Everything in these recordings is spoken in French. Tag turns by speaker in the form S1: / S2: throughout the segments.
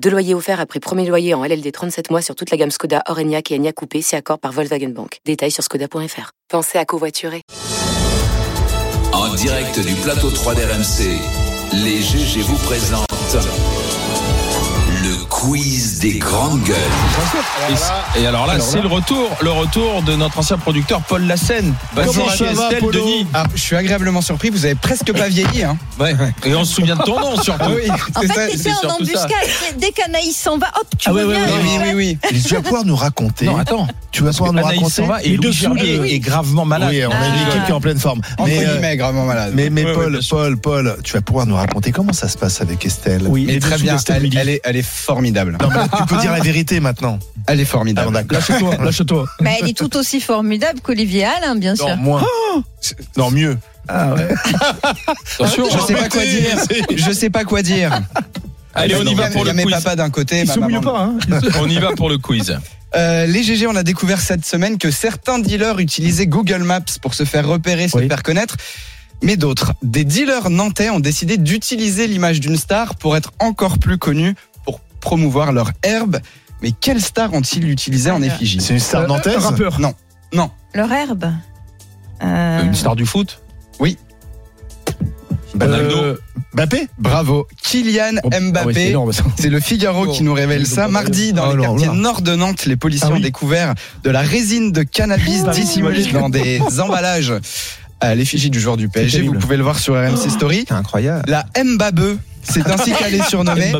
S1: Deux loyers offerts après premier loyer en LLD 37 mois sur toute la gamme Skoda, Orenia et Enya Coupé, si accord par Volkswagen Bank. Détails sur skoda.fr. Pensez à covoiturer.
S2: En direct du plateau 3 d'RMC, les GG vous présentent le quiz des grandes gueules.
S3: Et, c- et alors là, c'est le retour, le retour de notre ancien producteur Paul Lassen, basé
S4: Comment
S3: chez
S4: ça va,
S3: Estelle
S4: Polo
S3: Denis.
S4: Ah, je suis agréablement surpris, vous avez presque pas vieilli. Hein.
S3: Ouais. Et on se souvient de ton nom surtout.
S4: Ah oui,
S5: En
S4: c'est
S5: fait,
S4: ça.
S5: t'étais
S3: c'est
S5: en
S3: surtout ça.
S5: embuscade. Dès qu'Anaïs s'en va, hop, tu
S3: Ah ouais,
S5: reviens.
S3: ouais,
S4: Oui,
S3: ouais,
S4: oui, oui, oui.
S6: Et tu vas pouvoir nous raconter.
S3: Non, attends.
S6: tu vas pouvoir nous
S3: Anaïs
S6: raconter.
S3: s'en va et
S6: Oui,
S3: Louis Gerbier
S6: oui.
S3: est gravement malade.
S6: Oui, on a
S5: Ah.
S6: une équipe qui est en pleine forme.
S4: Entre
S6: Mais, euh,
S4: guillemets, gravement malade.
S6: mais, mais
S3: Ouais, ouais,
S6: Paul,
S3: bien sûr.
S6: Paul, Paul, tu vas pouvoir nous raconter comment ça se passe avec Estelle.
S4: Mais
S3: les
S4: très
S3: dessous
S4: bien,
S3: d'Estelle
S4: elle,
S3: Midi.
S4: elle est, elle est formidable.
S6: Non, mais tu peux dire la vérité maintenant.
S4: Elle est
S6: Ah, bon,
S4: formidable.
S6: d'accord.
S3: Eh lâche-toi.
S5: Mais Bah, elle est tout aussi formidable qu'Olivier Alain, bien sûr.
S6: Non, moins. Non, mieux.
S3: Attention.
S4: je sais pas quoi dire. Je sais pas quoi dire.
S3: Allez, on y va
S4: Il y a-
S3: pour
S4: il y
S3: le
S4: a mes
S3: quiz.
S4: papas d'un côté, ma maman.
S3: hein. On y va pour le quiz.
S4: Euh, les GG, on a découvert cette semaine que certains dealers utilisaient Google Maps pour se faire repérer, se
S3: Oui.
S4: faire connaître. Mais d'autres, des dealers nantais ont décidé d'utiliser l'image d'une star pour être encore plus connus, pour promouvoir leur herbe. Mais quelle star ont-ils utilisé en effigie
S6: C'est une star nantaise.
S4: Non, non.
S5: Leur herbe. Euh,
S3: Une star du foot. Ben,
S7: Euh,
S3: Ronaldo.
S6: Mbappé
S4: Bravo. Kylian
S6: Oh, ah
S7: Ah
S4: Mbappé. C'est le Figaro qui nous révèle ça. Mardi, dans
S6: Oh Ah
S4: les
S6: là
S4: quartiers
S6: là.
S4: nord de Nantes, les policiers ont découvert de la résine de cannabis
S6: Ah
S4: dissimulée dans des emballages à l'effigie du joueur du PSG. Vous pouvez le voir sur RMC Story.
S6: C'est incroyable.
S4: La Mbabe, c'est ainsi qu'elle est surnommée.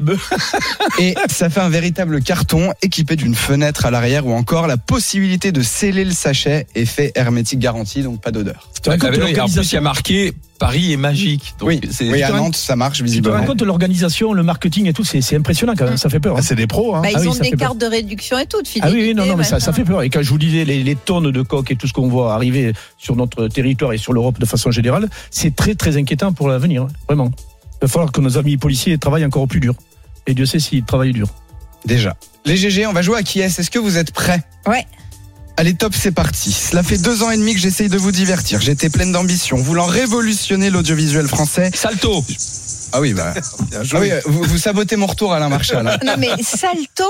S4: Et ça fait un véritable carton équipé d'une fenêtre à l'arrière ou encore la possibilité de sceller le sachet, effet hermétique garanti, donc pas d'odeur.
S3: Ouais, bah oui, en plus, il y a marqué Paris est magique. Donc,
S4: Oui,
S3: c'est-
S4: oui, à Nantes, ça
S7: Tu
S4: marche
S7: te rends
S4: visiblement.
S7: compte de l'organisation, le marketing et tout, c'est c'est impressionnant quand même, ça fait peur. hein.
S6: Ah, c'est des pros. Hein.
S5: bah, ils
S7: Ah oui,
S5: ont
S7: ça
S5: des
S7: fait peur.
S5: cartes de réduction et tout, de
S7: Ah
S5: fidélité.
S7: oui, oui, non, non, mais ça,
S5: machin.
S7: ça fait peur. Et quand je vous disais les, les tonnes de coques et tout ce qu'on voit arriver sur notre territoire et sur l'Europe de façon générale, c'est très très inquiétant pour l'avenir, hein. vraiment. Il va falloir que nos amis policiers travaillent encore plus dur. Et Dieu sait s'ils travaillent dur.
S4: Déjà. Les GG, on va jouer à qui est-ce Est-ce que vous êtes prêts
S5: Ouais.
S4: Allez top, c'est parti. Cela fait deux ans et demi que j'essaye de vous divertir. J'étais pleine d'ambition, voulant révolutionner l'audiovisuel français.
S3: Salto.
S4: Ah oui, bah. Ah oui, euh, vous, vous sabotez mon retour, Alain Marchal. hein.
S5: Non, mais Salto,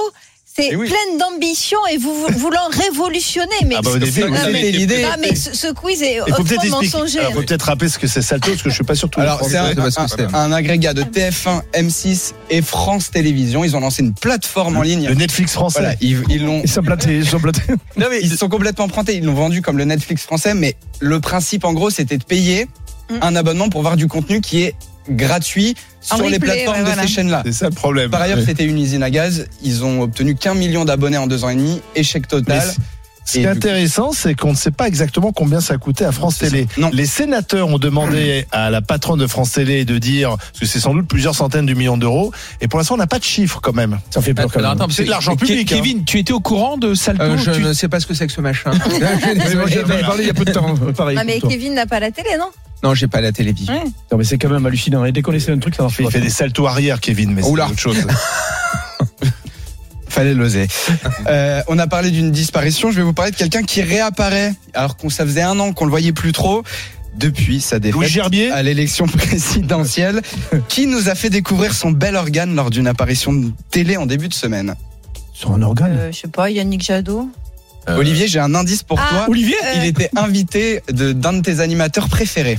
S5: c'est
S4: Eh oui.
S5: pleine d'ambition et vous vou- voulant révolutionner. Mais,
S6: Ah bah, au début,
S5: Non,
S4: C'était
S5: mais-
S4: l'idée.
S5: non, mais ce, ce quiz est
S6: Il faut
S5: hautement
S6: peut-être expliquer.
S5: mensonger.
S6: Alors, faut peut-être rappeler ce que c'est Salto, parce que je suis pas sûr. que tout le
S4: Alors,
S6: monde
S4: c'est un,
S6: pense que
S4: un- un agrégat de TF1, M6 et France Télévisions. Ils ont lancé une plateforme en ligne.
S6: Le Netflix français.
S4: Voilà, ils ils l'ont.
S7: Ils sont plantés, ils sont plantés.
S4: Non, mais ils se sont complètement prantés. Ils l'ont vendu comme le Netflix français, mais le principe, en gros, c'était de payer
S5: Mm.
S4: un abonnement pour voir du contenu qui est gratuit
S5: En
S4: sur les
S5: replay,
S4: plateformes
S5: ouais,
S4: de
S5: voilà.
S4: ces chaînes-là.
S6: C'est ça le problème.
S4: Par ailleurs, c'était une usine à gaz. Ils ont obtenu qu'un million d'abonnés en deux ans et demi. Échec
S6: Mais
S4: total.
S6: c- ce qui
S4: Et
S6: est
S4: du
S6: intéressant, c'est qu'on ne sait pas exactement combien ça coûtait à France
S4: C'est ça.
S6: Télé.
S4: Non.
S6: Les sénateurs ont demandé à la patronne de France Télé de dire, parce que c'est sans doute plusieurs centaines de millions d'euros, et pour l'instant on n'a pas de chiffres quand même.
S7: Ça fait peur quand
S3: Ah, Alors,
S7: même.
S3: attends,
S6: C'est de
S3: parce que-
S6: l'argent public,
S7: hein.
S3: Ke- Kevin, tu étais au courant de Salto
S7: Euh,
S3: Tu- Ah,
S8: sais pas ce que c'est que ce machin.
S7: Hein Mais moi, j'en avais parlé il y a peu de temps, hein. pareil.
S5: Non, mais
S7: pour toi.
S5: Kevin n'a pas la télé, non
S8: non, j'ai pas la télévision.
S7: Non, mais c'est quand même hallucinant. Et dès qu'on essaie un truc, ça marche
S6: Il
S7: pas.
S6: fait des saltos arrière, Kevin, mais c'est
S4: Oula.
S6: autre chose.
S4: Fallait l'oser. Euh, on a parlé d'une disparition. Je vais vous parler de quelqu'un qui réapparaît. Alors qu'on ça faisait un an qu'on le voyait plus trop. Depuis sa
S6: Louis
S4: défaite
S6: Gerbier
S4: à l'élection présidentielle, qui nous a fait découvrir son bel organe lors d'une apparition de télé en début de semaine.
S7: Sur un organe.
S5: Euh, Je sais pas, Yannick Jadot.
S4: Olivier, j'ai un indice pour
S5: Ah.
S4: toi.
S7: Olivier
S4: Il était invité de- d'un de tes animateurs préférés.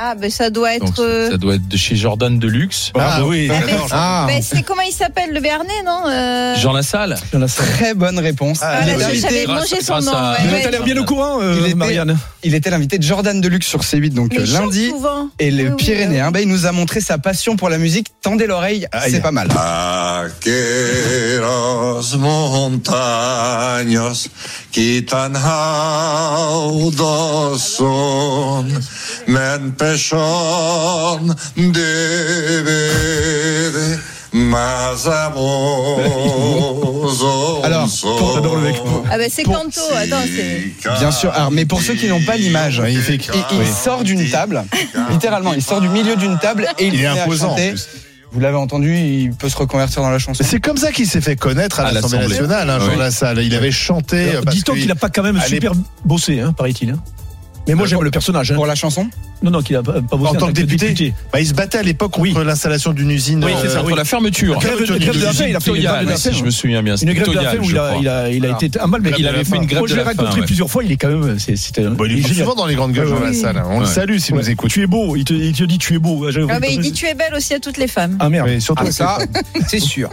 S5: Ah, ben ça doit être.
S3: Donc,
S5: euh,
S3: ça doit être de chez Jordan Deluxe.
S6: Ah oui,
S5: Ah, mais-
S6: d'accord.
S4: Ah.
S5: ben, c'est comment il s'appelle le Bernet, non Euh,
S3: Jean Lassalle.
S7: Dans la salle.
S4: Très bonne réponse.
S6: Ah,
S4: il,
S5: Voilà,
S6: oui,
S4: était
S5: donc
S6: oui.
S4: invité,
S5: j'avais
S3: Grâce-
S5: mangé son
S3: grâce
S5: nom.
S3: à-
S5: ouais,
S3: Mais
S5: ouais.
S7: T'as l'air bien au courant, euh,
S4: Il était-
S7: Marianne.
S4: il était l'invité de Jordan Deluxe sur C8, donc
S5: Mais
S4: euh,
S5: il chante
S4: lundi.
S5: souvent.
S4: Et
S5: Oui,
S4: le
S5: oui,
S4: Pyrénéen, ben, il nous a montré sa passion pour la musique. Tendez l'oreille,
S6: Aïe.
S4: c'est pas mal.
S2: Aquellas montañas que tan audas son, me empezan de ver
S4: Alors, pour-
S6: J'adore le mec.
S5: Ah bah c'est Canto, attends, c'est.
S4: Bien sûr. Alors, mais pour ceux qui n'ont pas l'image, il, fait, il, il sort d'une table, littéralement, il sort du milieu d'une table et il,
S6: Il est
S4: se met à
S6: imposant, en
S4: chanter.
S6: plus.
S4: Vous l'avez entendu, il peut se reconvertir dans la chanson.
S6: Mais C'est comme ça qu'il s'est fait connaître à
S3: À
S6: l'Assemblée
S3: l'Assemblée.
S6: nationale, hein, Jean
S3: Oui.
S6: Lassalle. Il avait chanté. euh, parce
S7: Dis-on qu'il a pas quand même
S6: Allez.
S7: super bossé, hein, paraît-il. hein. Mais moi,
S6: Euh,
S7: j'aime le personnage. hein.
S4: Pour la chanson
S7: Non, non, qu'il a pas pas bossé
S6: En tant que député, bah, il se battait à l'époque
S7: Oui.
S6: contre l'installation d'une usine.
S3: Oui, c'est
S6: euh,
S3: ça, entre la fermeture.
S6: Grève-
S3: Fermeture
S6: grève de la
S3: du-
S7: faim, il a fait une
S3: Toyale,
S7: grève de la
S3: si
S7: faim.
S3: je me souviens bien.
S7: Une
S3: c'était
S7: grève de la
S3: Toyale,
S7: faim où
S3: je
S7: il a,
S3: crois.
S7: il a, il a
S4: Voilà.
S7: été un mal, mais
S3: Grève de la faim, ouais.
S7: Moi, je l'ai rencontré
S3: Ouais.
S7: plusieurs fois, il est quand même. euh, c'est- C'était un-
S6: Bon, il est
S7: génial.
S6: souvent dans les grandes gueules,
S7: Ouais,
S6: Jean
S7: ouais.
S6: Lassalle. hein. On le
S3: Ouais.
S6: salue s'il
S7: Ouais.
S6: nous écoute.
S7: Tu es beau, il te, il te dit tu es beau. J'avais
S5: Ah, mais il
S7: entendu-
S5: dit tu es belle aussi à toutes les femmes.
S7: Ah merde.
S6: Oui, surtout
S8: Ah, ça, c'est sûr.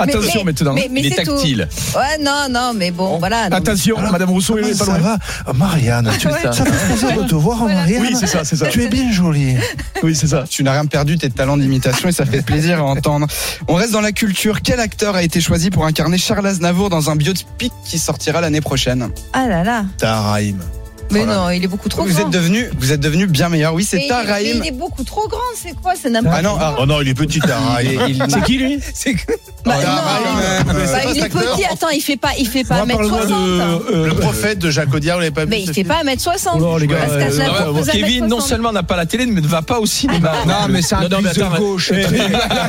S7: Attention
S5: mais-
S7: maintenant.
S5: Mais, mais
S3: Il est
S5: c'est tout.
S3: tactile.
S5: Ouais, non, non, mais bon,
S3: Ah,
S5: voilà. non,
S7: Attention, Madame Rousseau, elle
S6: Comment
S7: est pas
S6: ça
S7: loin.
S6: va Ah, Marianne, tu-
S5: Ouais.
S6: ça fait plaisir de te voir,
S5: Voilà.
S6: Marianne.
S7: Oui, c'est ça, c'est ça.
S6: Tu es bien jolie.
S7: Oui, c'est ça.
S4: Tu n'as rien perdu, tes talents d'imitation et ça fait plaisir à entendre. On reste dans la culture. Quel acteur a été choisi pour incarner Charles Aznavour dans un biopic qui sortira l'année prochaine
S5: Ah là là.
S6: Taraïm.
S5: Mais
S6: Voilà.
S5: non, il est beaucoup trop
S4: Vous
S5: grand.
S4: êtes devenu, vous êtes devenu bien meilleur. Oui,
S5: Mais
S4: c'est
S5: il est-
S4: Taraïm.
S5: Il est beaucoup trop grand, c'est quoi C'est n'importe
S4: Ah non, ah,
S6: Oh non, il est petit, Taraïm.
S7: C'est qui lui
S8: C'est que-
S5: Bah,
S4: Oh,
S5: non.
S4: Taraïm,
S5: Bah,
S4: euh, c'est pas
S5: il est
S4: cet acteur.
S5: petit, attends, il fait pas, il fait pas
S7: Moi, parle-moi
S5: 1m60. hein.
S7: de. euh,
S6: Le prophète de Jacques Audiard, vous l'avez pas vu
S5: Mais
S6: ce
S5: il fait pas 1m60.
S7: Oh là, les gars,
S5: Pascal
S7: euh,
S5: Snap,
S7: ouais,
S5: on
S7: ouais.
S5: pose
S3: Kevin,
S5: 1m60.
S3: non seulement n'a pas la télé, mais ne va pas au cinéma.
S8: Non, mais c'est un
S3: Non, non,
S8: truc
S3: mais attends,
S8: de gauche.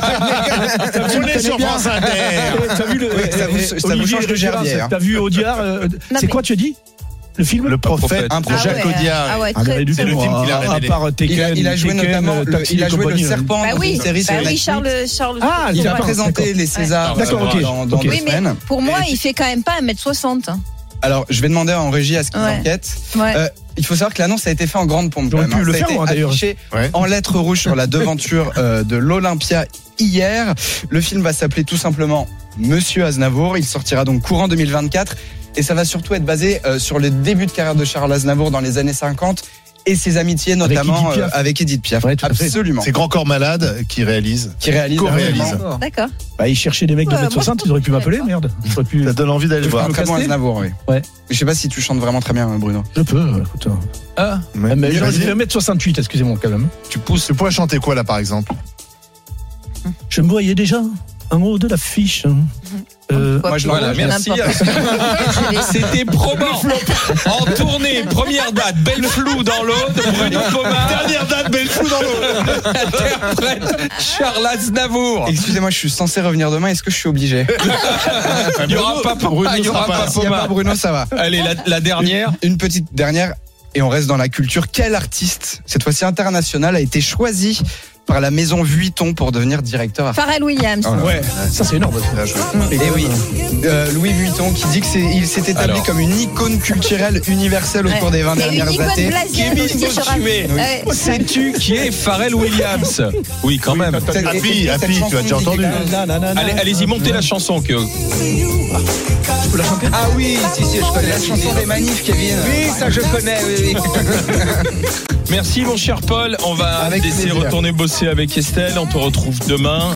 S7: T'as vu
S6: film
S7: le-
S6: On est sur France Inter.
S3: Eh,
S7: T'as vu le.
S4: Oui, ça vous- ça vous
S7: Olivier
S4: change de
S7: Gérard,
S4: gerbier, hein.
S7: T'as vu Audiard euh, C'est
S5: mais-
S7: quoi, tu as dit Le film
S6: Le prophète
S4: Un
S6: de
S4: prophète.
S6: Jacques
S5: ah ouais,
S6: Audiard.
S5: Ah ouais,
S7: Ah, mais
S5: très,
S7: du
S5: très
S6: le
S7: coup,
S5: bon.
S6: film
S7: à-
S6: qu'il a
S7: à
S6: révélé.
S7: part Tekken,
S4: Il a, il a joué
S7: Tekken,
S4: notamment,
S7: euh,
S4: le-
S7: Taxi
S4: il a
S7: et
S4: joué le
S7: compagnie, hein.
S4: serpent
S5: Bah
S4: dans
S5: oui,
S4: une série sur
S5: bah oui,
S4: Netflix.
S5: Charles, Charles.
S7: Ah,
S5: Charles-
S7: il
S4: Il
S7: a
S4: a
S7: D'accord,
S4: présenté les Césars
S7: D'accord,
S4: euh,
S7: ok.
S4: dans, dans
S7: Ok.
S4: deux
S5: Oui, mais
S4: semaines.
S5: pour moi, il fait quand même pas 1m60. hein.
S4: Alors, je vais demander en régie à ce qu'ils
S5: Ouais.
S4: enquêtent.
S5: Ouais.
S4: Euh, il faut savoir que l'annonce a été faite en grande pompe.
S7: J'aurais
S4: quand même, hein.
S7: pu le
S4: Ça a
S7: faire,
S4: été
S7: moi, d'ailleurs.
S4: affiché
S6: Ouais.
S4: en lettres rouges sur la devanture euh, de l'Olympia hier. Le film va s'appeler tout simplement Monsieur Aznavour. Il sortira donc courant 2024. Et ça va surtout être basé euh, sur le début de carrière de Charles Aznavour dans les années 50 et ses amitiés,
S7: Avec
S4: notamment
S7: Édith Piaf.
S4: euh, avec Edith Piaf.
S7: Ouais, tout à fait.
S4: Absolument.
S6: C'est Grand Corps Malade qui réalise.
S4: Qui réalise.
S6: Co-réalise.
S4: vraiment
S5: D'accord.
S7: Bah, il cherchait des mecs de
S3: Ah,
S5: Ouais,
S7: 1m60,
S5: moi,
S7: ils auraient pu
S5: je
S7: m'appeler,
S5: sais pas.
S7: merde. J'aurais pu-
S6: Ça donne envie d'aller le voir.
S4: Très bon
S7: casting
S4: Aznavour, oui.
S7: Ouais.
S4: Je sais pas si tu chantes vraiment très bien, hein, Bruno.
S7: Je peux, euh, écoute. hein.
S3: Ah,
S6: Ouais.
S7: Mais j'aurais
S6: Vas-y.
S7: fait 1m68, excusez-moi, quand même.
S6: Tu pousses. Tu pourrais chanter quoi là par exemple
S7: Je me voyais déjà en haut de l'affiche. hein. Euh,
S4: Moi, je l'aurais
S3: voilà,
S4: jamais.
S3: merci.
S5: N'importe
S3: C'était probant. En tournée, première date, belle flou dans l'Aude, Bruno Coma. Dernière date, belle flou dans l'Aude. Interprète Charles Aznavour.
S4: Excusez-moi, je suis censé revenir demain. Est-ce que je suis obligé
S3: Il y aura pas Poma, il y aura pas
S4: S'il n'y a pas
S3: Poma.
S4: Bruno, ça va.
S3: Allez, la, la dernière.
S4: Une petite dernière, et on reste dans la culture. Quel artiste, cette fois-ci international, a été choisi par la maison Vuitton pour devenir directeur artistique
S5: Pharrell Williams.
S4: Oh là.
S7: ouais, ça c'est énorme.
S4: Eh oui, euh, Louis Vuitton qui dit que c'est, il s'est établi
S3: Alors.
S4: comme une icône culturelle universelle au
S5: Ouais.
S4: cours des 20
S5: Et une
S4: dernières
S5: icône
S4: années.
S5: blasienne
S3: Kevin
S5: aussi, Euh, Charles.
S3: Bossuet.
S5: Ouais.
S3: Sais-tu qui est Pharrell Williams Oui, quand même.
S4: Cette-
S6: Happy,
S4: cette
S6: Happy, tu as déjà
S4: chanson
S6: entendu.
S4: dit-
S3: Allez, allez-y, montez la chanson que
S4: Ah oui, si, si, je connais la chanson des manifs, Kevin.
S8: Oui, ça je connais, oui, oui.
S3: Merci mon cher Paul, on va
S4: Avec
S3: laisser
S4: plaisir.
S3: retourner bosser avec Estelle, on te retrouve demain